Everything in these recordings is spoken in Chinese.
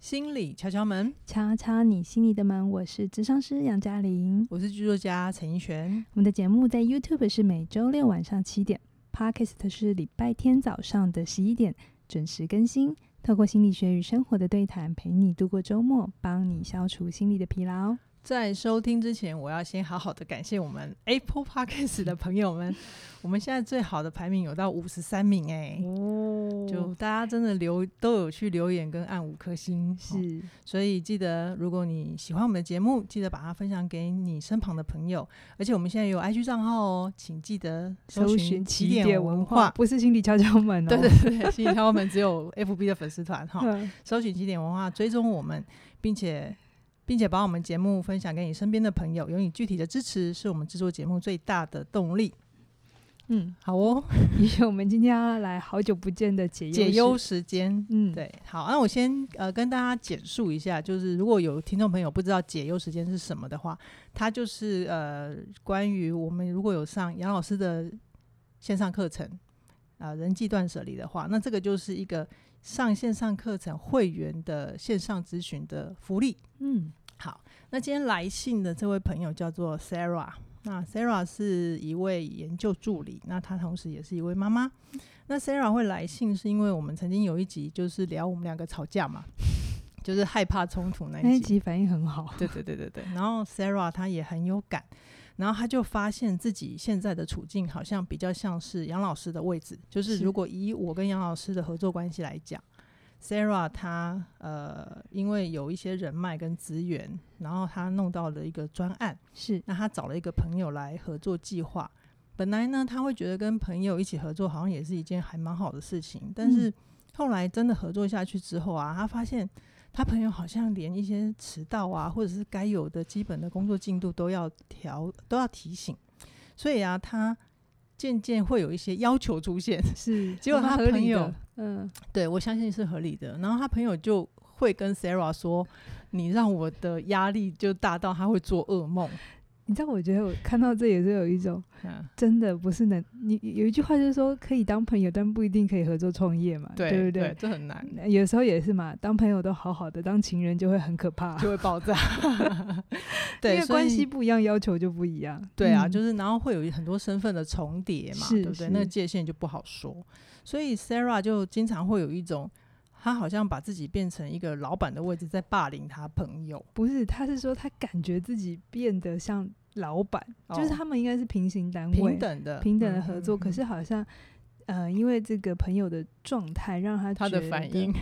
心理敲敲门，敲敲你心里的门，我是智商师杨嘉玲。我是剧作家陈奕璇。我们的节目在 YouTube 是每周六晚上七点，Podcast 是礼拜天早上的十一点准时更新。透过心理学与生活的对谈，陪你度过周末，帮你消除心理的疲劳。在收听之前，我要先好好的感谢我们 Apple Podcast 的朋友 们，我们现在最好的排名有到五十三名哎、哦就大家真的留都有去留言跟按五颗星，哦是所以记得如果你喜欢我们的节目，记得把它分享给你身旁的朋友，而且我们现在有 IG 账号哦，请记得搜寻寻起起点点文文化化，。不是心理敲敲门哦。 对对对，心理敲敲门只有 FB 的粉丝团哈。嗯，搜寻起点文化，追踪我们，并且并且把我们节目分享给你身边的朋友，有你具体的支持，是我们制作节目最大的动力。嗯，好哦，也许我们今天要来好久不见的解忧解忧时，时间。嗯，，对，好，那我先呃跟大家简述一下，就是如果有听众朋友不知道解忧时间是什么的话，它就是呃关于我们如果有上杨老师的线上课程啊、呃人际断舍离的话，那这个就是一个上线上课程会员的线上咨询的福利。嗯，好，那今天来信的这位朋友叫做 Sarah，那 Sarah 是一位研究助理，那她同时也是一位妈妈。那 Sarah 会来信是因为我们曾经有一集就是聊我们两个吵架嘛，就是害怕冲突那那一一集。集反应很好， 对对对对对。然后 Sarah 她也很有感，然后她就发现自己现在的处境好像比较像是杨老师的位置，就是是如果以我跟杨老师的合作关系来讲，Sarah 她呃因为有一些人脉跟资源，然后她弄到了一个专案，是那她找了一个朋友来合作计划。本来呢，她会觉得跟朋友一起合作好像也是一件还蛮好的事情，但是后来真的合作下去之后啊，她发现她朋友好像连一些迟到啊，或者是该有的基本的工作进度都要调，都要提醒，所以啊，她渐渐会有一些要求出 现。是，结果蛮他合理朋的友，嗯，对我相信是合理的。然后他朋友就会跟 Sarah 说：“你让我的压力就大到他会做噩梦。你知道，我觉得我看到这也是有一种嗯真的不是能，你有一句话就是说可以当朋友，但不一定可以合作创业嘛，”对不对？这很难，那有时候也是嘛，当朋友都好好的，当情人就会很可怕，就会爆炸。啊 因对，为所以关系不一样，要求就不一样。对啊，嗯就是然后会有很多身份的重叠嘛，是对不对？是那个界限就不好说。所以 Sarah 就经常会有一种，她好像把自己变成一个老板的位置，在霸凌她朋友。不是，他是说他感觉自己变得像老板，哦就是他们应该是平行单位，平等的平等的合作，嗯嗯可是好像。呃，因为这个朋友的状态让他她的觉反得应，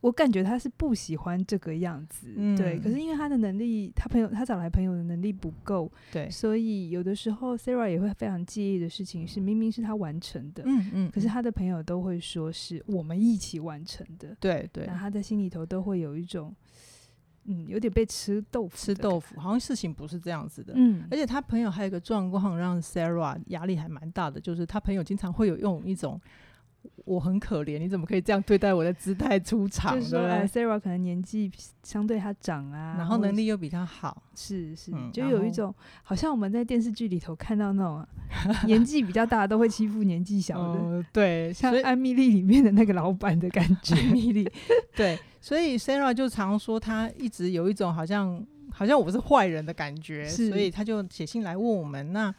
我感觉他是不喜欢这个样子，嗯对。可是因为他的能力，他朋友他找来朋友的能力不够，对，所以有的时候 Sarah 也会非常介意的事情是，明明是他完成的，嗯嗯，可嗯是他的朋友都会说是我们一起完成的，对对那他在心里头都会有一种，嗯，有点被吃豆腐，吃豆，腐，好像事情不是这样子的。哎嗯，而且他朋友还有一个状况让 Sarah 压力还蛮大的，就是他朋友经常会有用一种“我很可怜，你怎么可以这样对待我”的姿态出场， 就是说，对不对哎，Sarah 可能年纪相对他长啊，然后或者能力又比他好，是是，嗯就然有一后种好像我们在电视剧里头看到 那种、啊、年纪比较大的都会欺负年纪小的，嗯，对，像哎所以《安蜜莉》里面的那个老板的感 觉。米 莉，对，所以 Sarah 就常说她一直有一种好像好像我是坏人的感觉，是所以她就写信来问我们。那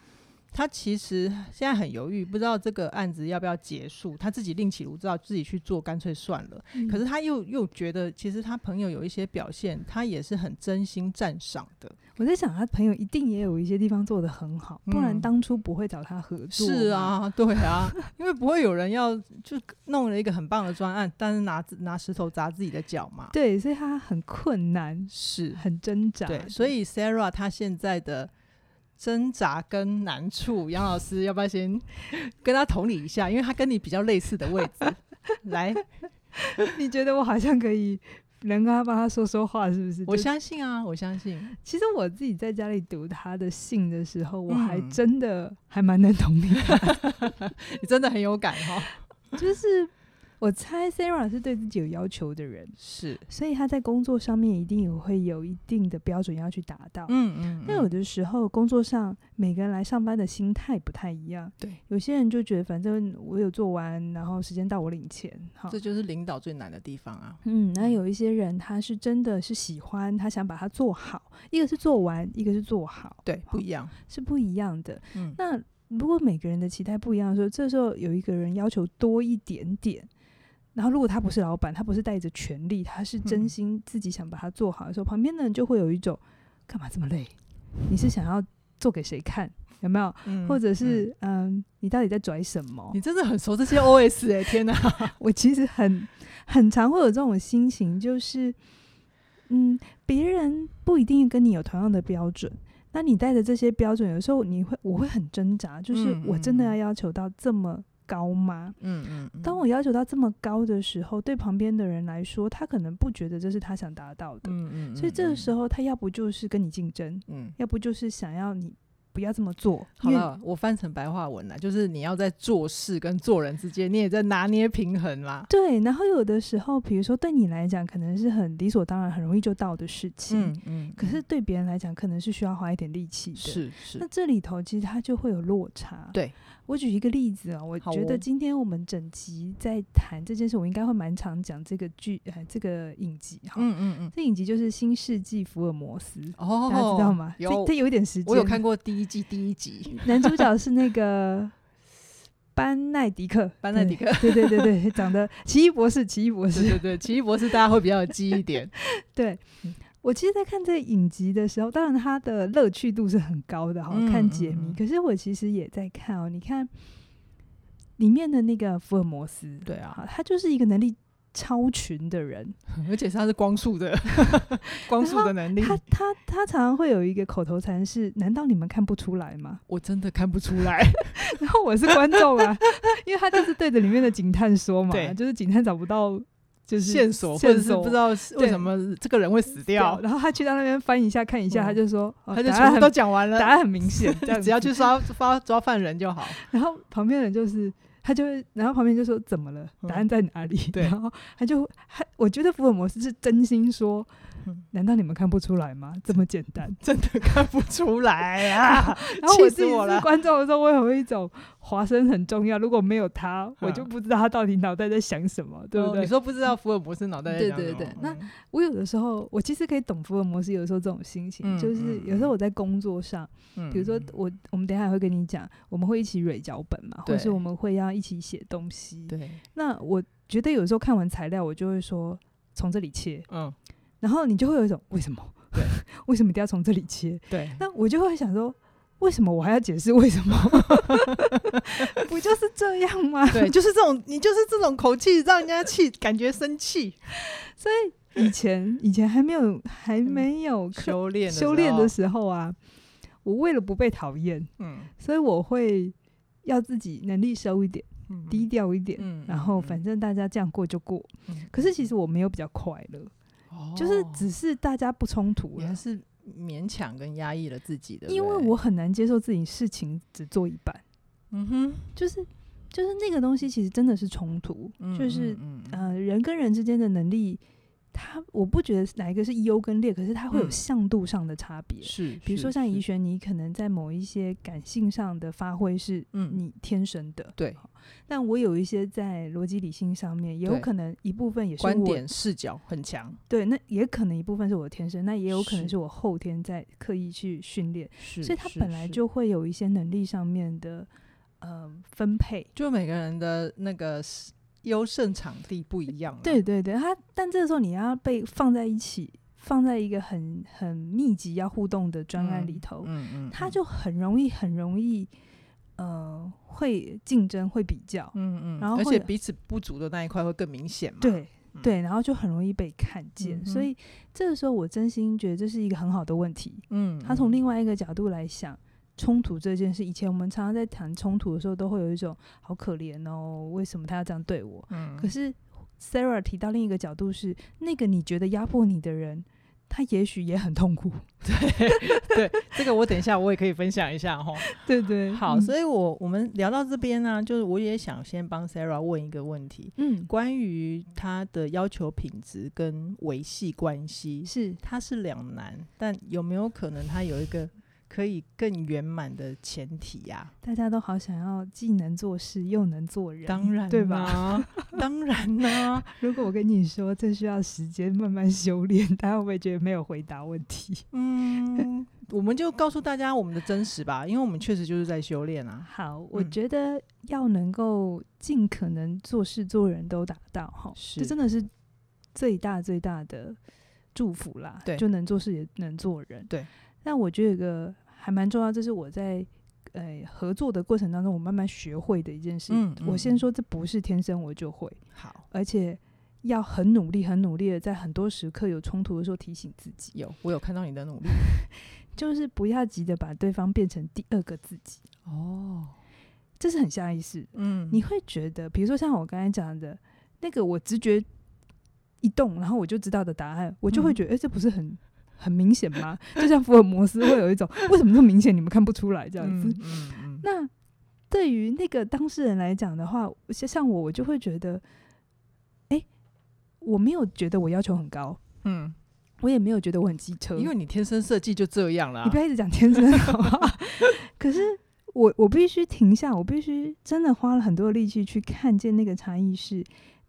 她其实现在很犹豫，不知道这个案子要不要结束，她自己另起炉灶，自己去做，干脆算了。嗯可是她又又觉得，其实她朋友有一些表现，她也是很真心赞赏的。我在想，他朋友一定也有一些地方做得很好，不然嗯当初不会找他合作。是， 啊，对啊，因为不会有人要就弄了一个很棒的专案，但是拿拿石头砸自己的脚嘛。对，所以他很困难，是，很挣扎。对，所以 Sarah 她现在的挣扎跟难处，杨老师要不要先跟她同理一下？因为她跟你比较类似的位 置，来， 你觉得我好像可以能跟他帮他说说话，是不是？我就相信啊，我相信，其实我自己在家里读他的信的时候，我还嗯真的还蛮能同理他的 你真的很有感哈、就是我猜 Sarah 是对自己有要求的人，是，所以他在工作上面一定也会有一定的标准要去达到。嗯嗯，但嗯有的时候，工作上每个人来上班的心态不太一样。对，有些人就觉得反正我有做完，然后时间到我领钱，哈。这就是领导最难的地方啊。嗯，那有一些人他是真的是喜欢，他想把它做好。一个是做完，一个是做好，对，不好一样。是不一样的。嗯，那如果每个人的期待不一样的时候，这时候有一个人要求多一点点，然后如果他不是老板，他不是带着权力，他是真嗯心自己想把它做好的时候，旁边的人就会有一种干嘛这么累？你是想要做给谁看？有没有？嗯或者嗯是嗯、你到底在拽什么你？真的很熟这些 OS 哎、欸天哪！我其实很很常会有这种心情，就是嗯，别人不一定跟你有同样的标准。那你带着这些标准，有时候你会我会很挣扎，就是嗯我真的嗯要要求到这么高吗？嗯嗯，当我要求到这么高的时候，对旁边的人来说，他可能不觉得这是他想达到的，嗯嗯，所以这个时候，候他要不就是跟你竞争，嗯，要不就是想要你不要这么做。好因为了，我翻成白话文了，就是你要在做事跟做人之间，你也在拿捏平衡啦。对，然后有的时候，比如说对你来讲，可能是很理所当然、很容易就到的事情，嗯嗯，可是对别人来讲，可能是需要花一点力气的。，是是那，这里头其实它就会有落差。对，我举一个例子啊，我好觉哦得今天我们整集在谈这件事，我应该会蛮常讲这个剧，呃，这个影集哈。嗯嗯嗯，这影集就是《新世纪福尔摩斯》哦，大家知道吗？这有这，有一点时间，我有看。过第一季第一集，男主角是那个班奈迪克，班奈迪克，对，对对对对，长得奇异博士，奇异博对士。对对，奇异博士大家会比较有记忆一点。 对嗯，我其实，在看这个影集的时候，当然它的乐趣度是很高的哈，嗯 看解谜。嗯嗯可是我其实也在看哦，你看里面的那个福尔摩斯，对啊好，他就是一个能力超群 的人，而且它是光速的， 光速的能力，他他他常常会有一个口头禅是：难道你们看不出来吗？ 我真的看不出来。然后我是观众啊，因为他就是对着里面的警探说嘛对，就是警探找不到就是线索，或线者是索不知道是为对什么这个人会死掉，然后他去到那边翻一下看一下，嗯他就说，哦他就答全案部很都讲完了答。案很明 显，这样只要子去抓抓抓犯人 就好。然后旁边人就是他就会，然后旁边就说怎么了？嗯答案在哪里？ 对然后他就他，我觉得福尔摩斯是真心说嗯，难道你们看不出来吗？这么简 单。真的看不出来啊！然后气我自死己我是了！观众的时候，我有一种华生很重要，如果没有他，我就嗯不知道他到底脑袋在想什么， 对不哦对你？说不知道福尔摩斯脑袋在对想对什对么那嗯我有的时候，我其实可以懂福尔摩斯有时候这种心情，嗯就是嗯有时候我在工作上，嗯比如说我我们等一下也会跟你讲，我们会一起蕊脚本嘛，或对是我们会要一起写东西，对，那我觉得有时候看完材料，我就会说从这里切，嗯然后你就会有一种为什么？对， 为什么一定要从这里切？对，那我就会想说，为什么我还要解释为什么？ 不就是这样吗？对，就是这种，你就是这种口气，让人家气，感觉生气。以前以前还没有还没有课嗯修炼 修炼的候，时候啊，我为了不被讨厌，嗯所以我会要自己能力收一点，嗯低调一点，嗯然后反正大家这样过就过。可是其实我没有比较快乐，嗯就是只是大家不冲突你还了。哦是勉强跟压抑了自己的，因为我很难接受自己事情只做一半，嗯哼，就是就是那个东西其实真的是冲突，嗯就是嗯嗯嗯呃人跟人之间的能力，它我不觉得哪一个是优跟劣，可是它会有嗯向度上的差别。是，呃比如是说像是怡璇，你可能在某一些感性上的发挥是嗯你天生的，对但我有一些在逻辑理性上面，也有对可能一部分也是观我点视角很强，对，那也可能一部分是我天生，那也有可能是是我后天在刻意去训练。是所以他是本来是就会有一些能力上面的呃分配。就每个人的那个是优胜场地不一样啦，对对对，他但这个时候你要被放在一起，放在一个很很密集要互动的专案嗯里头，嗯嗯，他嗯就很容易很容易呃会竞争会比较，嗯嗯，然后而会且有彼此不足的那一块会更明显嘛，对。嗯对，然后就很容易被看见，嗯所哼以这个时候我真心觉得这是一个很好的问题。嗯，嗯，他从另外一个角度来想冲突这件事。以前我们常常在谈冲突的时候，都会有一种好可怜哦，为什么他要这样对我？嗯，可是 Sarah 提到另一个角度是，那个你觉得压迫你的人，他也许也很 痛苦。这个我等一下我也可以分享一下哈。对对嗯好，所以以我我们聊到这边呢、就是我也想先帮 Sarah 问一个问题，嗯关于他的要求品质跟维系关系，是它是两难，但有没有可能它有一个可以更圆满的前提呀、大家都好想要既能做事又能做人，当然，啊对吧？？ 当然啊啦、如果我跟你说这需要时间慢慢修炼，大家会不会觉得没有回答问题？嗯，我们就告诉大家我们的真实吧，因为我们确实就是在修炼啊。好，我嗯觉得要能够尽可能做事做人都达到哈，是这真的是最大最大的祝福啦。对就能做事也能做人。对，但我觉得有个还蛮重要，这是我在呃合作的过程当中，我慢慢学会的一件事。嗯我嗯先嗯说，这不是天生我就会，好，而且要很努力、很努力的，在很多时刻有冲突的时候提醒自己，有我有看到你的努力就是不要急着把对方变成第二个自己，哦。这是很下意识的。嗯，你会觉得，比如说像我刚才讲的那个，我直觉一动，然后我就知道的答案，我就会嗯觉得，哎、这不是很很明显吗？就像福尔摩斯会有一种为什么这么明显，你们看不出来这这样子。嗯嗯，那对于那个当事人来讲的话，像像我，我就会觉得，哎、我没有觉得我要求很高，嗯，我也没有觉得我很机车，因为你天生设计就这样啊啦你不。要一直讲天真好 不好？可是我我必须停下，我必须真的花了很多的力气去看见那个差异是，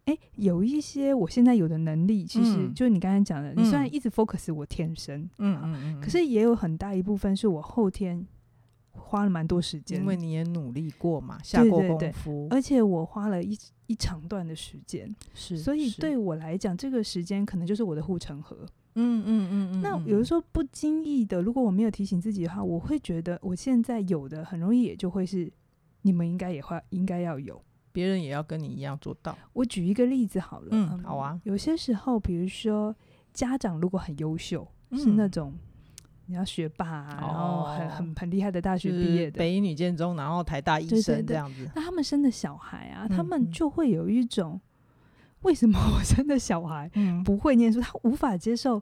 哎、有一些我现在有的能力，其实嗯就是你刚才讲的，你虽然嗯一直 focus 我天生，嗯嗯嗯，可是也有很大一部分是我后天花了蛮多时间因，为你也努力过嘛，下对过对功对夫，而且我花了一一长段的时间，是，所以是对，我来讲，这个时间可能就是我的护城河。嗯嗯嗯嗯，那嗯有的时候不经意的，如果我没有提醒自己的话，我会觉得我现在有的很容易也就会是你们应该也会应该要有。别人也要跟你一样做到，我举一个例子好了，嗯好啊有些时候，比如说家长如果很优秀，是那嗯种你要学霸、啊，然后很哦很很厉害的大学就毕是业的，北一女建中，然后台大医对对生这对样子，那他们生的小孩啊，他嗯们嗯就会有一种为什么我生的小孩嗯，不会念书，他无法接受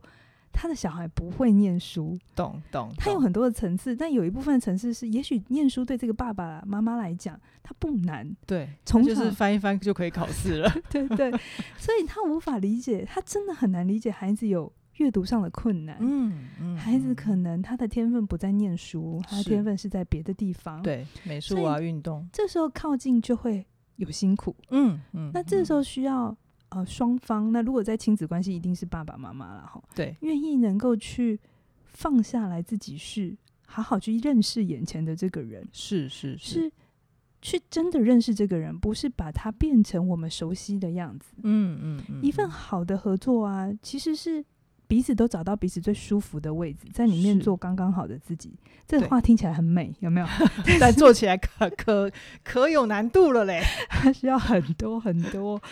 他的小孩不会念书，懂懂，它有懂很多的层次，但有一部分的层次是，也许念书对这个爸爸妈妈来讲，它不 难，对，从小就是翻一翻就可以考试 了，对对，所以他无法理解，他真的很难理解孩子有阅读上的困难。 嗯嗯孩子嗯可能他的天分不在念书，他的是天分是在别的地方。，对美所术啊，运动，这时候靠近就会有辛苦。嗯嗯，那这时候候需要呃双方，那如果在亲子关系，一定是爸爸妈妈了哈，对愿意能够去放下来自己是好好去认识眼前的这个人。是是是，是去真的认识这个人，不是把他变成我们熟悉的样子。嗯嗯嗯，一份嗯好的合作啊，其实是彼此都找到彼此最舒服的位置，在里面是做刚刚好的自己。这对话听起来很美，有 没有？但做起来可可可有难度了嘞， 它需要很多很多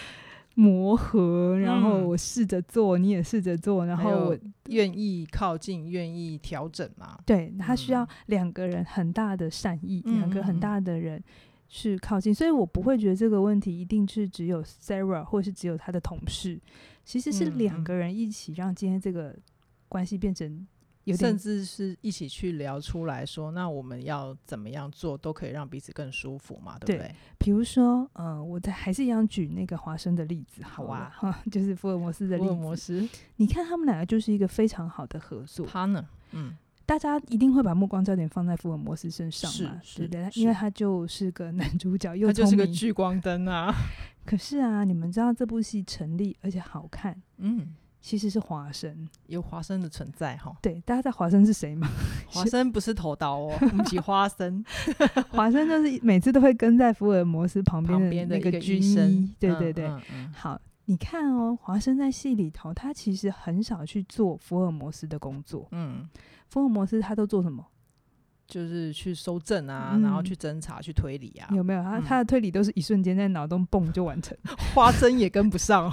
磨合，然后嗯我试着做，你也试着做，然还后有我愿意靠近，愿意调整嘛，对他需要嗯两个人很大的善意，两、个嗯嗯很嗯大的人去靠近，所以我不会觉得这个问题一定是只有 Sarah 或是只有他的同事，其实是嗯两嗯个人一起让今天这个关系变成有甚点至是一起去聊出来说，那我们要怎么样做，都可以让彼此更舒服嘛，对不对对？比如说，呃，我在还是一样举那个华生的例子好好了，啊哈，就是福尔摩斯的例福尔摩子。斯你看他们两个就是一个非常好的合作， partner，嗯，大家一定会把目光焦点放在福尔摩斯身上是嘛，对是不对？他因为是他就是个男主角，又他就是聪个明聚光灯啊，可是啊，你们知道这部戏成立而且好看， 嗯，其实是华生。有华生的存在 哈，对，大家知道华生是谁吗？ 华生不是头刀哦，我们起花生，华生就是每次都会跟在福尔摩斯 旁旁边边的的那一个军医生医。，对嗯对对。嗯嗯好，你看哦，华生在戏里头，他其实很少去做福尔摩斯的工作。嗯，福尔摩斯他都做什么？就是去搜证啊，嗯然后去侦查、去推理啊，有没有？他、嗯他的推理都是一瞬间在脑中蹦就完成。 花生也跟不上。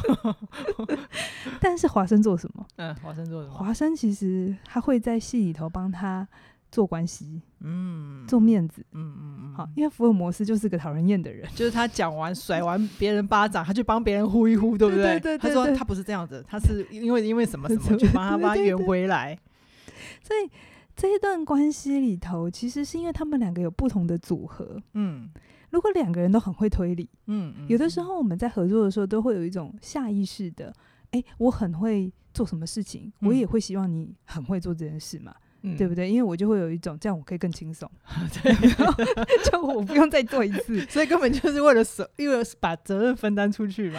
但是华生做什么？嗯，华生做什么？华生其实他会在戏里头帮他做关系、嗯，做面子。嗯嗯嗯，好，因为福尔摩斯就是个讨人厌的人。就是他讲完甩完别人巴掌，他去帮别人呼一呼，对不对对对他对说对他不是这样子，他是因为因为什么 什什么么去帮他对把他对圆对回来。所以这一段关系里头，其实是因为他们两个有不同的组合。嗯如果两个人都很会推理，嗯，嗯有的时嗯候我们在合作的时候，都会有一种下意识的，哎、我很会做什么事情，我嗯也会希望你很会做这件事嘛，嗯对不对？因为我就会有一种这样我可以更轻松， 对， 就我不用再做一次， 所以根本就是为了舍，因为把责任分担出去 嘛。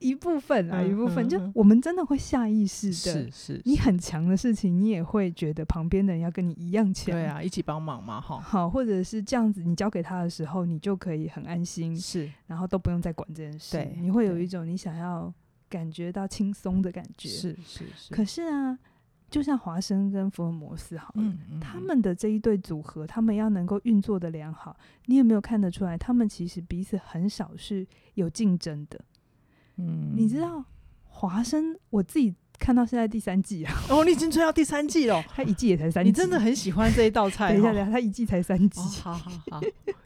一部分啊，嗯一部分，嗯就嗯我们真的会下意识的，是你很强的事情，你也会觉得旁边的人要跟你一样强，对。啊，一起帮忙嘛，哈，好，或者是这样子，你交给他的时候，你就可以很安心，是然后都不用再管这件事对，你会有对一种你想要感觉到轻松的感觉。是是是，可是啊，就像华生跟福尔摩斯好了，嗯嗯他嗯们的这一对组合，他们要能够运作的良好，你有没有看得出来，他们其实彼此很少是有竞争的？嗯你知道华生，我自己看到现在第三季啊，哦，你已经追到第三季了，他一季也才三季，你真的很喜欢这一道菜。等一下，哈等一下，他一季才三季哦，，好好 好，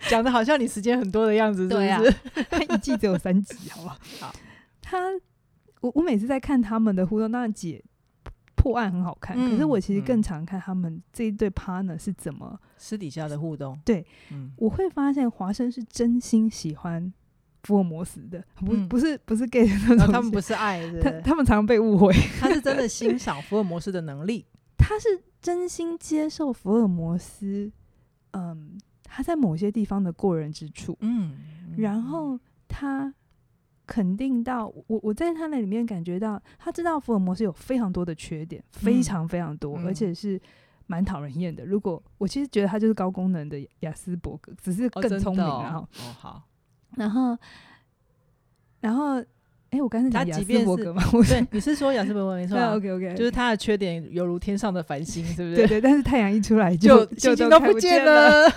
讲的好像你时间很多的样子，是不 对啊是？ 他一季只有三集，好吧？好，他我我每次在看他们的互动，当然解破案很好看，嗯可是我其实更嗯常看他们这一对 partner 是怎么。私底下的互动，对，嗯，我会发现华生是真心喜欢福尔摩斯的，不、嗯不是不是 gay 的那然种，后他们不是爱，对不他对他们常被 误会，他是真的欣赏福尔摩斯的能 力，他是真心接受福尔摩斯，嗯，他在某些地方的过人之处，嗯，然后他肯定到我，我在他那里面感觉到，他知道福尔摩斯有非常多的缺点，非嗯常非常多，而嗯且是蛮讨人厌的。如果我其实觉得他就是高功能的雅斯伯格，只是哦更真聪的明哦然后，哦好，然后，然后，哎，我刚才他讲雅即斯便伯是格嘛，我对，你是说雅思伯格没错啊， ，OK OK，就是他的缺点犹如天上的繁星，是不哎 对是？对，但是太阳一出来就就星就星都都看不见 了。了，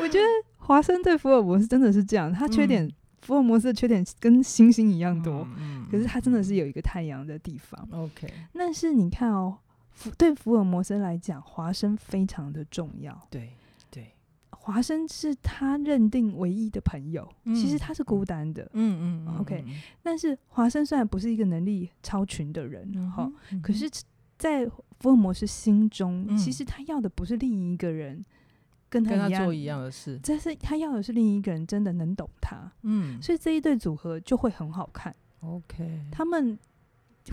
我觉得华生对福尔摩斯真的是这样，他缺点、嗯福尔摩斯的缺点跟星星一样多，嗯，嗯可是他真的是嗯有一个太阳的地方。 OK，但是你看哦，福对福尔摩斯来讲，华生非常的重要。对对，华生是他认定唯一的朋友，其实他是孤单的。嗯嗯 OK，但是华生虽然不是一个能力超群的人，嗯好、可是，在福尔摩斯心中，嗯其实他要的不是另一个人跟他跟他一样，做一样的事，但是他要的是另一个人真的能懂他，嗯所以这一对组合就会很好看。 ，OK，他们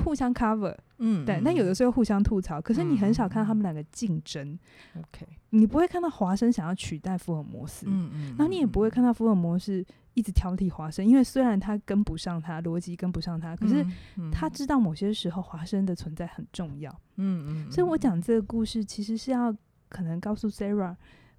互相 cover，嗯，对，嗯那有嗯的时候互相吐槽，可是你很少看到他们两个竞争， OK，你不会看到华生想要取代福尔摩斯，嗯嗯，然然后你也不会看到福尔摩斯一直挑剔华生，因为虽然他跟不上他，逻辑跟不上他，可是嗯他知道某些时候华生的存在很重要，嗯嗯，嗯所以我，讲这个故事其实是要可能告诉 Sarah。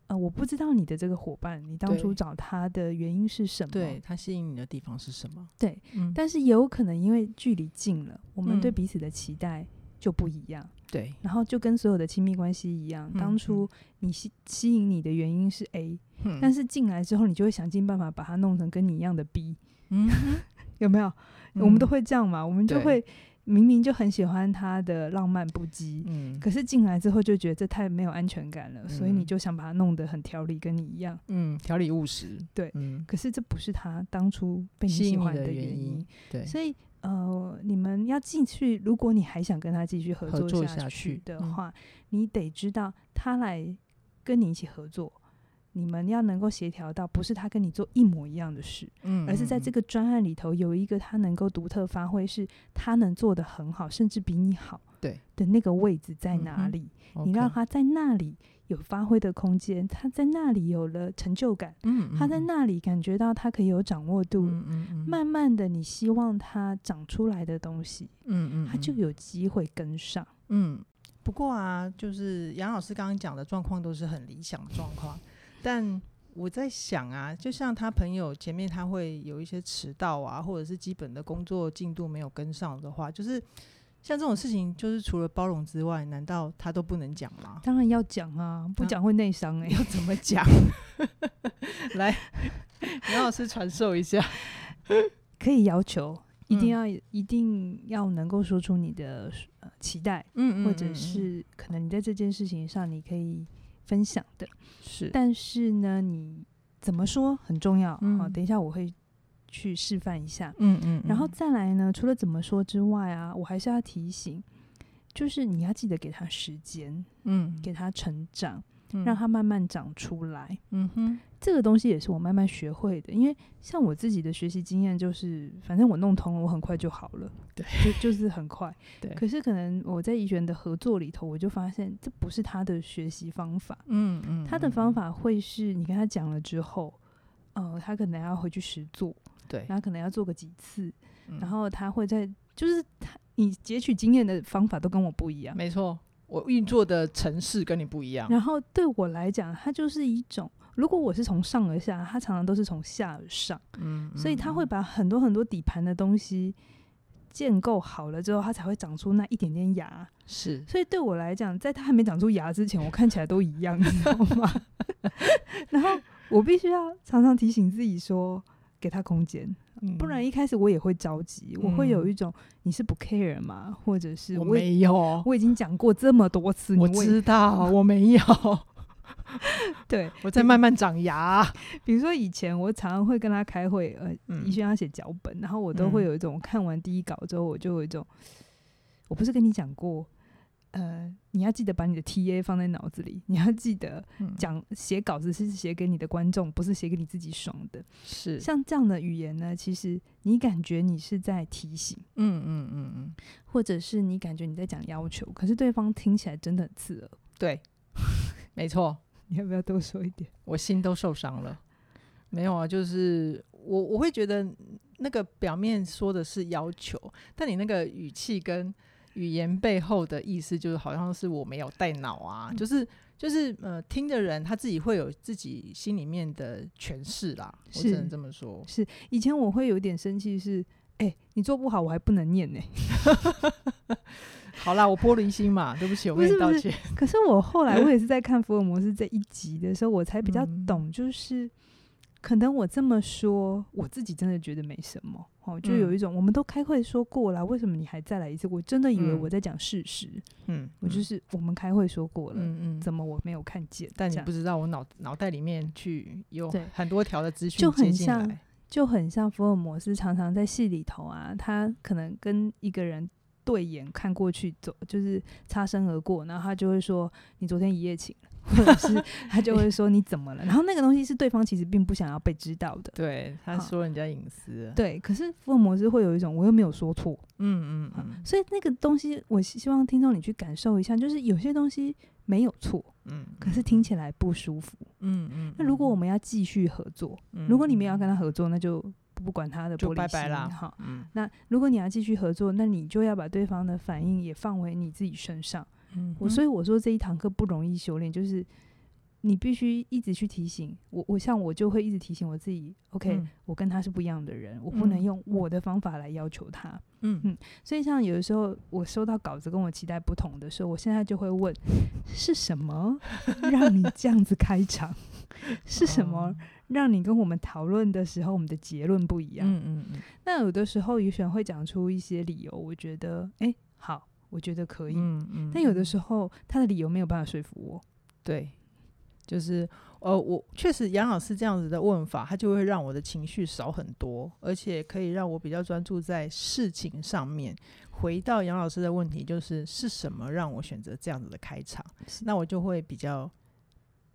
呃，我不知道你的这个伙伴，你当初对找他的原因是什么？嗯对，他吸引你的地方是什么？对，嗯，但是也有可能因为距离近了，我们嗯对彼此的期待就不一样。对，然后就跟所有的亲密关系一样，嗯嗯当初你吸吸引你的原因是 A，、但是，是进来之后，你就会想尽办法把它弄成跟你一样的 B，嗯哼，有没有？我们嗯都，会这样嘛，我们就对会明明就很喜欢他的浪漫不羁，嗯，可是进来之后就觉得这太没有安全感了，所以你嗯就想把它弄得很条理，跟你一样。嗯，条理务实，对嗯，可是这不是他当初被你吸引喜你欢的的原原因因，对，所以呃，你们要进去，如果你还想跟他继续合合作作下下去去的嗯话，你得知道他来跟你一起合作，你们要能够协调到，不是他跟你做一模一样的事，嗯而是在这个，个专案里头有一个他能够独特发挥，是他能做得很好，甚至比你好。对的那个位置在嗯哪哼里？嗯你让， OK 他在那里有发挥的空间，他在那里有了成就感，嗯，他在嗯，那里感觉到他可以有掌握度，嗯嗯嗯，慢慢的，你希望它长出来的东西，嗯，嗯嗯，它就有机会跟上。？嗯，不过啊，就是杨老师刚刚讲的状况都是很理想的状况，但我在想啊，就像他朋友前面他会有一些迟到啊，或者是基本的工作进度没有跟上的话，就是像这种事情，就是除了包容之外，难道他都不能讲吗 当然要讲啊，不讲会内伤哎、嗯要怎么 讲？ 来，杨老师传授一下。可以要求，一定嗯要、一定要能够说出你的呃期待，嗯嗯，或嗯者嗯是可能你在这件事情上你可以分享的。是，但是呢，你怎么说很重要啊、嗯等一下我会去示范一下。嗯嗯，然后嗯再来呢，除了怎么说之外啊，我还是要提醒，就是你要记得给他时间，嗯，给他成长，嗯让他慢慢长出来。嗯哼这个东西也是我慢慢学会的，因为像我自己的学习经验就是，反正我弄通了，我很快就好了， 对，就就是很快。 对可是可能我在怡璇的合作里头，我就发现这不是他的学习方法，嗯嗯，他的嗯方法会是你跟他讲了之后，呃，他可能要回去实做，对，然后可能要做个几次，嗯然后他会在，就是他你截取经验的方法都跟我不一样。没错，我运作的城市跟你不一样，然后对我来讲，它就是一种，如果我是从上而下，它常常都是从下而上，嗯，所以嗯它会把很多很多底盘的东西建构好了之后，它才会长出那一点点芽。是所以对我来讲，在它还没长出芽之前，我看起来都一样，你知道吗？ 然后我必须要常常提醒自己说，给他空间，不然嗯一开始我也会着急，我会有嗯一种你是不 care 吗？或者是我我已没有，我已经讲过这么多次，你我为知道我 没有，对，我在慢慢长 牙，比如说以前我常常会跟他开会，呃，嗯医轩要写脚本，然后我都会嗯有一种看完第一稿之后，我就有一种，我不是跟你讲过，呃，你要记得把你的 TA 放在脑子里，你要记得嗯讲写稿子是写给你的观众，不是写给你自己爽的。是，像这样的语言呢，其实你感觉你是在提醒，嗯嗯嗯嗯，或者是你感觉你在讲要求，可是对方听起来真的很刺耳。 对， 没错，你要不要多说一点？我心都受伤了。没有啊，就是我我会觉得那个表面说的是要求，但你那个语气跟语言背后的意思，就是好像是我没有带脑啊，嗯就是就是呃，听的人他自己会有自己心里面的诠释啦，我是只能这么说。以前我会有点生气是。哎、你做不好，我还不能念呢、 好啦，我玻璃心嘛，对不起，我不跟是你道不是歉。 可是我后来，我也是在看福尔摩斯这一集的时候，我才比较嗯懂，就是、可能我这么说，我自己真的觉得没什么哦，就嗯有一种、我们都开会说过了，为什么你还再来一次？我真的以为嗯我在讲事实，嗯，我就嗯是我们开会说过了，嗯嗯，怎么我没有看见？但这你样不知道我脑脑袋里面去有对很多条的资讯就接很进像来，就很像福尔摩斯常常在戏里头啊，他可能跟一个人。对眼看过去走，就是擦身而过，然后他就会说：“你昨天一夜情了。”或者是他就会说：“你怎么了？”然后那个东西是对方其实并不想要被知道的，对，他好说人家隐私了，嗯对。可是福尔摩斯会有一种我又没有说错，嗯嗯啊嗯所以那个东西我希希望听众你去感受一下，就是有些东西没有错，嗯，可是听起来不舒服。嗯嗯，那如果我嗯们要继续合作，嗯如果你们要跟他，他合作，那就不管他的就玻璃拜拜心啦哈。嗯那如果你要继续合作，那你就要把对方的反应也放回你自己身上。嗯我所以我说这一堂课不容易修炼，就是你必须一直去提醒我。我像我就会一直提醒我自己，OK，、嗯我跟他是不一样的人，我不能嗯用我的方法来要求他。嗯所以像有的时候我收到稿子跟我期待不同的时候，我现在就会问：是 什么让你这样子开场？ 是什么哦让你跟我们讨论的时候，我们的结论不一样？嗯嗯嗯那有的时候雨选会讲出一些理由，我觉得哎、诶好，我觉得可以。嗯嗯，但有的候时候他的理由没有办法说服我，对，就是呃，我确实杨老师这样子的问法，他就会让我的情绪少很多，而且可以让我比较专注在事情上面。回到杨老师的问题，就是是什么让我选择这样子的开场？那我就会比较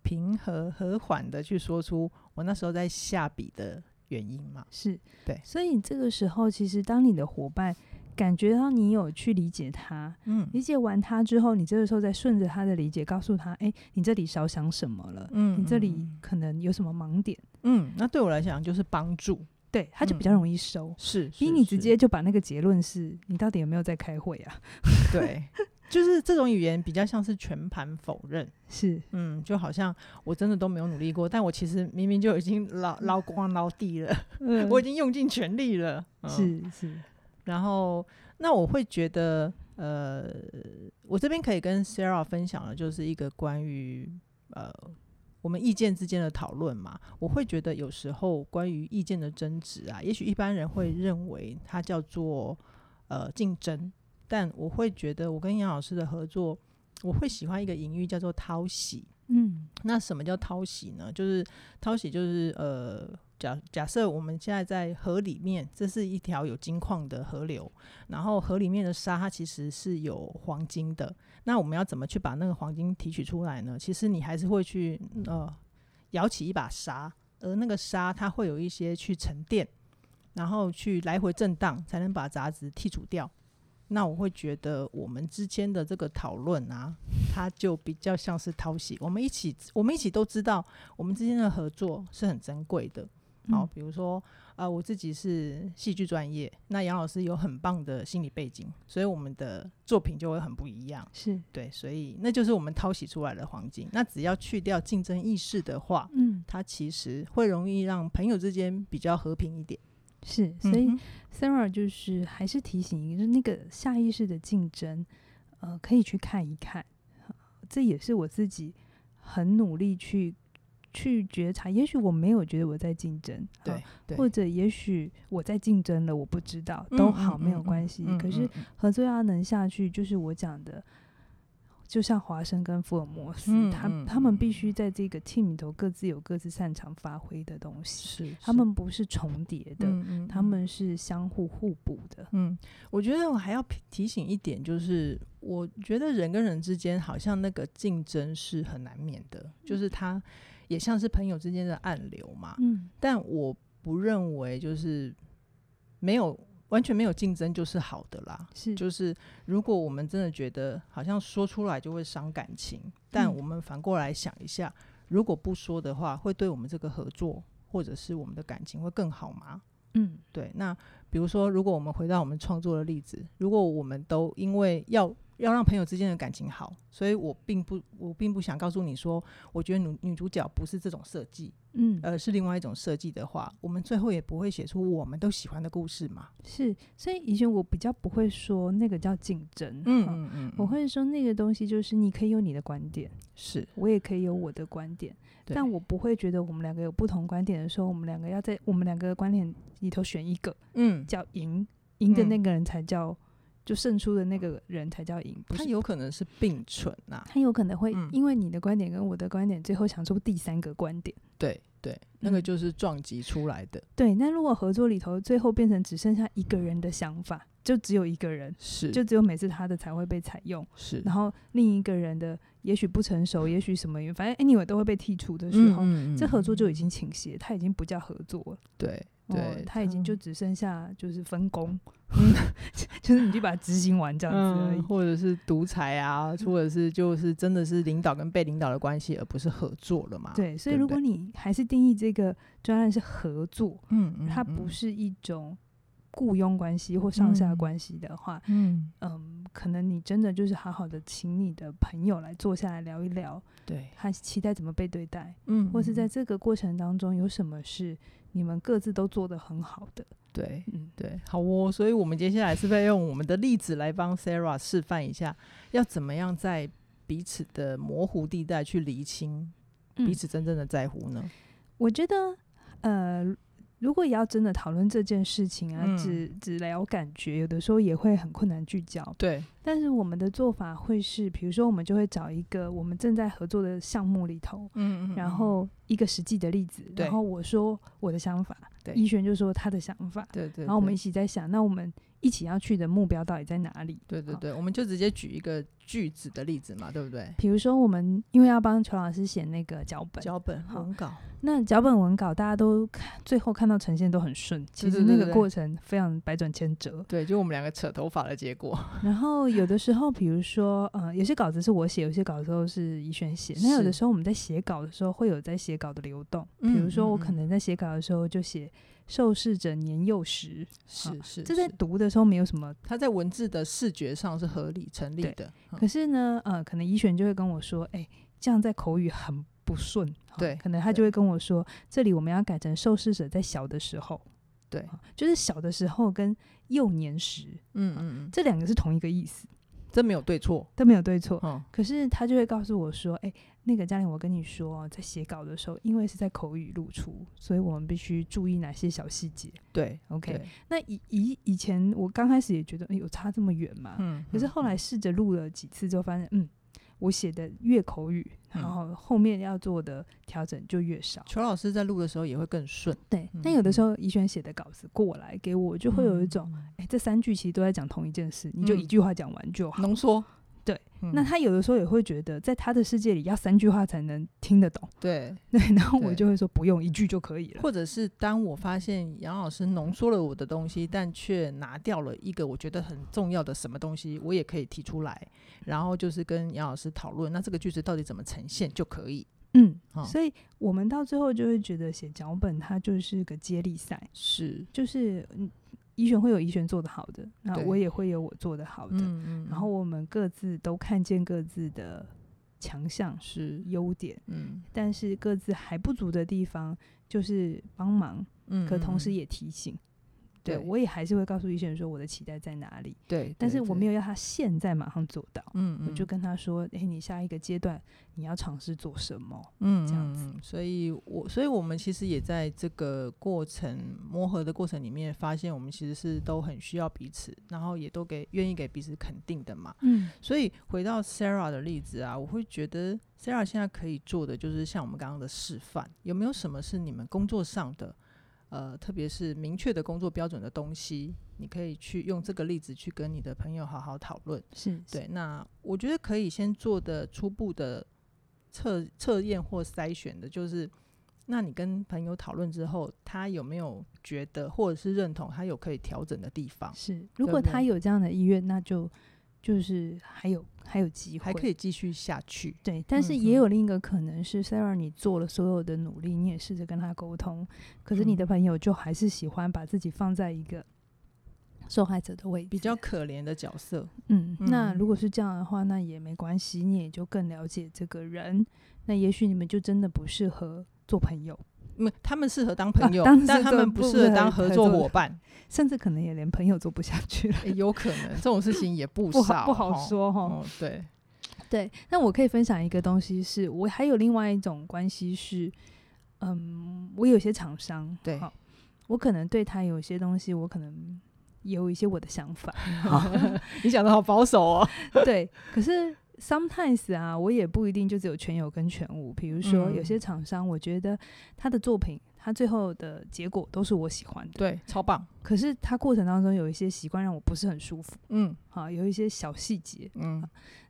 平和和缓的去说出我那时候在下笔的原因嘛。是对所以这个时候，其实当你的伙伴感觉到你有去理解他，嗯理解完他之后，你这个时候再顺着他的理解，告诉他，哎、你这里少想什么了，嗯你这嗯里可能有什么盲点，嗯，那对我来讲就是帮助，对，他就比嗯较容易收。是比是你直是接就把那个结论是你到底有没有在开会啊？ 对，就是这种语言比较像是全盘否认。是嗯，就好像我真的都没有努力过，但我其实明明就已经捞捞光捞地了，嗯我已经用尽全力了。嗯、，是是，然后那我会觉得，呃，我这边可以跟 Sarah 分享的就是一个关于呃我我们意见之间的讨论嘛，我会觉得有时候关于意见的争执啊，也许一般人会认为它叫做呃竞争，但我会觉得我跟杨老师的合作，我会喜欢一个隐喻叫做讨喜。嗯那什么叫讨喜呢？就是讨喜，就是呃，假假设我们现在在河里面，这是一条有金矿的河流，然后河里面的沙它其实是有黄金的。那我们要怎么去把那个黄金提取出来呢？其实你还是会去呃舀起一把沙，而那个沙它会有一些去沉淀，然后去来回震荡，才能把杂质剔除掉。那我会觉得我们之间的这个讨论啊，它就比较像是讨喜。我们一起，我们一起都知道，我们之间的合作是很珍贵的。好，嗯比如说，呃，我自己是戏剧专业，那杨老师有很棒的心理背景，所以我们的作品就会很不一样。是对，所以那就是我们淘洗出来的黄金。那只要去掉竞争意识的话，嗯它其实会容易让朋友之间比较和平一点。是，所以嗯哼 Sarah 就是还是提醒，就是那个下意识的竞争，呃，可以去看一看，呃这也是我自己很努力去去觉察。也许我没有觉得我在竞争，啊对，对或者也许我在竞争了，我不知道，都嗯好，嗯没有嗯关系。嗯可是嗯嗯合作要能下去，就是我讲的，就像华生跟福尔摩斯，嗯他嗯他们嗯必嗯须在这个 team 里头各自有各自擅长发挥的东西，嗯是他们不是重叠的。嗯嗯他们是相互互补的，嗯，我觉得我还要提提醒一点，就是我觉得人跟人之间好像那个竞争是很难免嗯的，就是它也像是朋友之间的暗流嘛。嗯但我不认为就是没有完全没有竞争就是好的啦。，是， 就是如果我们真的觉得好像说出来就会伤感情，但嗯我们反过来想一下，如果不说的话，会对我们这个合作或者是我们的感情会更好吗？嗯对，那比如说，如果我们回到我们创作的例子，如果我们都因为要要让朋友之间的感情好，所以我并不我并不想告诉你说，我觉得女女主角不是这种设计，嗯，而是另外一种设计的话，我们最后也不会写出我们都喜欢的故事嘛。是。所以以前我比较不会说那个叫竞争，哈嗯我会说那个东西就是你可以有你的观点，是，我也可以有我的观点，对但我不会觉得我们两个有不同观点的时候，我们两个要在我们两个观点里头选一个嗯，叫赢，赢的嗯那个人才叫、就胜出的那个人才叫赢，不他是。有可能是并存呐、他有可能会嗯因为你的观点跟我的观点，最后想出第三个观点。对对，那个嗯就是撞击出来的，对，那如果合作里头最后变成只剩下一个人的想法，就只有一个人，是就只有每次他的才会被采用，是然后另一个人的也许不成熟，也许什么原因，反正 anyway 都会被剔除的时候，嗯这合作就已经经倾斜，它已经不叫合作了。对哦对，，他已经嗯就只剩下就是分 工，就是你去把它执行完这样子而已。嗯，或者是独裁啊，或者是就是真的是领导跟被领导的关系，而不是合作了嘛？，对，所以对不如果你还是定义这个专案是合作，嗯，嗯它不，是一种雇佣关系或上下嗯关系的话，嗯，嗯，可能你真的就是好好的请你的朋友来坐下来聊一聊，对，他期待怎么被对待，嗯或是在嗯这个过程当中有什么是你们各自都做得很好的，对嗯，对，好哦。所以我们接下来是不是要用我们的例子来帮 Sarah 示范一下，要怎么样在彼此的模糊地带去厘清彼嗯此真正的在乎呢？我觉得，呃，如果也要真的讨论这件事情啊，嗯只只聊感觉，有的时候也会很困难聚焦。对，但是我们的做法会是，比如说我们就会找一个我们正在合作的项目里头，嗯然后一个实际的例子，对然后我说我的想法，对依璇就说他的想法，对对，然后我们一起，起在想，那我们一起要去的目标到底在哪里？对对好对，我们就直接举一个句子的例子嘛，对不对？比如说，我们因为要帮裘老师写那个脚本，脚本好文稿，那脚本文稿大家都看，最后看到呈现都很顺，对其实对那对个对过程非常百转 千折。对，就我们两个扯头发的结果。然后有的时候，比如说，呃，有些稿子是我写，有些稿子都是怡璇写。那有的是时候我们在写稿的时候，会有在写稿的流动。比嗯如说，嗯我可嗯能在写稿的时候就写受试者年幼时，是是，这在是读的时候没有什么，它在文字的视觉上是合理成立对的。嗯可是呢，呃，可能怡璇就会跟我说，哎、这样在口语很不顺。哈对可能他对就会跟我说，这里我们要改成受试者在小的时候。对，啊就是小的时候跟幼年时嗯嗯嗯，这两个是同一个意思，这没有对错，都没有对错。嗯，可是他就会告诉我说：“哎、那个嘉玲，我跟你说哦，在写稿的时候，因为是在口语露出，所以我们必须注意哪些小细节。对 OK 对那以以以前我刚开始也觉得，哎、有差这么远吗？嗯，可是后来试着录了几次之后，发现，嗯，我写的越口语，然嗯后后面要做的调整就越少。裘老师在录的时候也会更顺，对，嗯但有的时候怡轩写的稿子过来给我，就会有一种，嗯哎、这三句其实都在讲同一件事，你就嗯一句话讲完就好。浓缩。对嗯，那他有的时候也会觉得，在他的世界里要三句话才能听得懂，对，对，然后我对就会说不用一句就可以了。或者是当我发现杨老师浓缩了我的东西，但却拿掉了一个我觉得很重要的什么东西，我也可以提出来，然后就是跟杨老师讨论，那这个句子到底怎么呈现就可以。嗯，哦所以我们到最后就会觉得写脚本它就是个接力赛，是，就是嗯，怡璇会有怡璇做得好的，那对我也会有我做得好的，嗯然后我们各自都看见各自的强项、是，优点，嗯但是各自还不足的地方就是帮忙，嗯可同时也也提醒。对对我也还是会告诉怡璇说我的期待在哪里，对，但是我没有，有要他现在马上做到，嗯，我嗯就跟他说，诶，你下一个阶段你要尝试做什么？嗯这样嗯子嗯所以我所以我们其实也在这个过程磨合的过程里面，发现我们其实是都很需要彼此，然后也都给愿意给彼此肯定的嘛。嗯所以回到 Sarah 的例子啊，我会觉得 Sarah 现在可以做的就是像我们刚刚的示范，有没有什么是你们工作上的，呃，特别是明确的工作标准的东西，你可以去用这个例子去跟你的朋友好好讨论。是，对，那我觉得可以先做的初步的测测验或筛选的，就是那你跟朋友讨论之后，他有没有觉得或者是认同他有可以调整的地方，是。对如果不对他有这样的意愿，那就就是还有还有机会，还可以继续下去。对，但是嗯也嗯有另一个可能是，Sarah，你做了所有的努力，你也试着跟他沟通，可是你的嗯朋友就还是喜欢把自己放在一个受害者的位置，比较可怜的角色，嗯。那嗯如果是这样的话，那也没关系，你也就更了解这个人，那也许你们就真的不适合做朋友，嗯，他们适合当朋友，啊当然但是他个们不不适合合当合合作作伙伴，甚至可能也连朋友做不下去了，诶有可能这种事情也不不少，好不好齁。说哈。哦，对，对，那我可以分享一个东西是，我还有另外一种关系是，嗯，我有些厂商，对好我可能对他有些东西，我可能有一些我的 想法，好你讲的好保守哦。对，可是 sometimes 啊，我也不一定就只有全有跟全无，比如说有些嗯厂商，我觉得他的作品，他最后的结果都是我喜欢的，对，超棒。可是他过程当中有一些习惯让我不是很舒服，嗯啊，有一些小细节，嗯，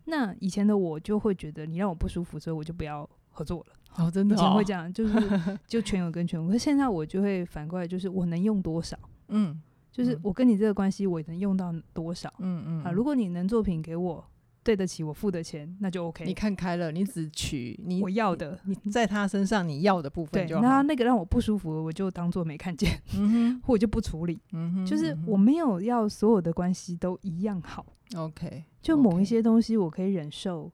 那以前的我就会觉得你让我不舒服，所以我就不要合作了。哦，真的以前哦会，讲，就是就全有跟全无，可是现在我就会反过来，就是我能用多少，嗯就是嗯我跟你这个关系，我能用到多少、嗯嗯啊？如果你能作品给我对得起我付的钱，那就 OK，你看开了，你只取你我要的。嗯你在他身上你要的部对，分就那嗯好。那个让我不舒服，我就当做没看见， 嗯哼，或者就不处理。嗯哼，就是嗯哼我没有要所有的关系都一样好， OK，就某 OK 一些东西我可以忍受。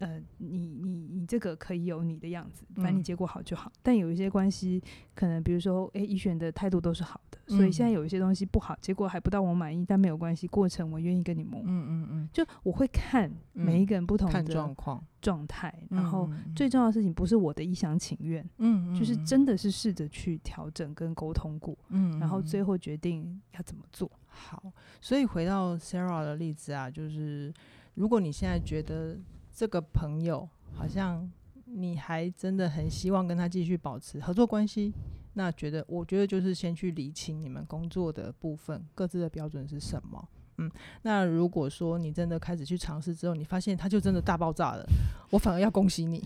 呃，你你你这个可以有你的样子，反正你嗯结果好就好。但有一些关系，可能比如说，诶，怡选的态度都是好的，所以现在嗯有一些东西不好，结果还不到我满意，但没有关系，过程我愿意跟你磨。嗯嗯就我会看每一个人不嗯，同看的状况，状态，然后嗯嗯最重要的事情不是我的一厢情愿，嗯，嗯就是嗯真的是试着去调整跟沟通过，嗯，然后嗯最后决定要怎么做。好，所以回到 Sarah 的例子啊，就是如果你现在觉得这个朋友好像你还真的很希望跟他继续保持合作关系，那觉得我觉得就是先去理清你们工作的部分，各自的标准是什么。嗯，那如果说你真的开始去尝试之后，你发现他就真的大爆炸了，我反而要恭喜你。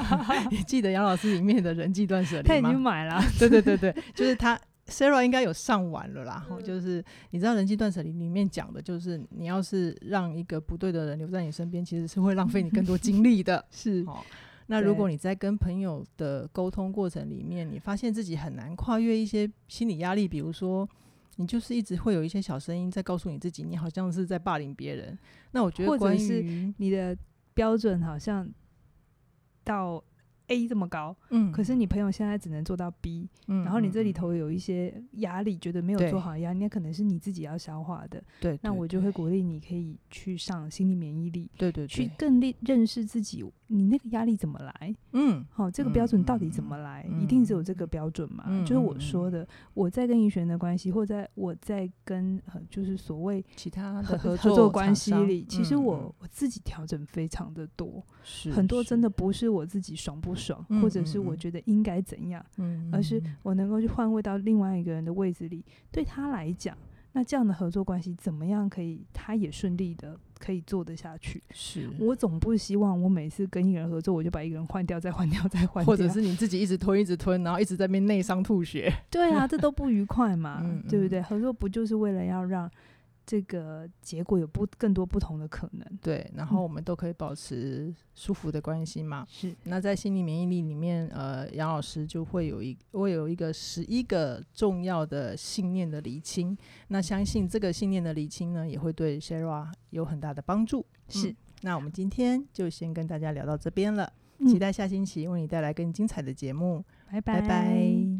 你记得杨老师里面的人际断舍他离已吗经？买了，。对对对嗯对，就是他 Sarah 应该有上完了啦，吼就是你知道人际断舍离里面讲的，就是你要是让一个不对的人留在你身边，其实是会浪费你更多精力的 是哦，那如对果你在跟朋友的沟通过程里面，你发现自己很难跨越一些心理压力，比如说。你就是一直会有一些小声音在告诉你自己，你好像是在霸凌别人。那我觉或得者关是于你的标准好像到 A 这么高，嗯，可是你朋友现在只能做到 B，嗯，然后你这里嗯嗯头有一些压力，觉得没有对做好的压力，那可能是你自己要消化的。嗯对，那对我就会鼓励你可以去上心理免疫力，对对去对，更认认识自己，你那个压力怎么来？嗯好、这个嗯标准到嗯底怎嗯么来？嗯一定只有这个标准嘛？嗯就是嗯我嗯说的，我在跟医学人的关系，或在我在跟呃，就是所谓其他合的合合作作关厂系商里，其实嗯我、嗯我自己调整非常的多，是很多真是的不是我自己爽不爽，嗯或者嗯是我嗯觉得应该怎样，嗯，而是嗯嗯我能够去换位到另外一个人的位置里，对他来讲，那这样的合作关系怎么样可以，他也顺利的可以做得下去。是我总不希望我每次跟一个人合作，我就把一个人换掉，再换掉，再换掉，或者是你自己一直吞一直吞，然后一直在那边内伤吐血。对啊，这都不愉快嘛，嗯对不对？合作不就是为了要让这个结果有不更多不同的可能？对，然后我们都可以保持舒服的关系嘛。是那在心理免疫力里面，呃，杨老师就会有一会有一个十一个重要的信念的厘清。那相信这个信念的厘清呢，也会对 Shara 有很大的帮助。是、那我们今天就先跟大家聊到这边了，嗯期待下星期为你带来更精彩的节目。拜拜拜拜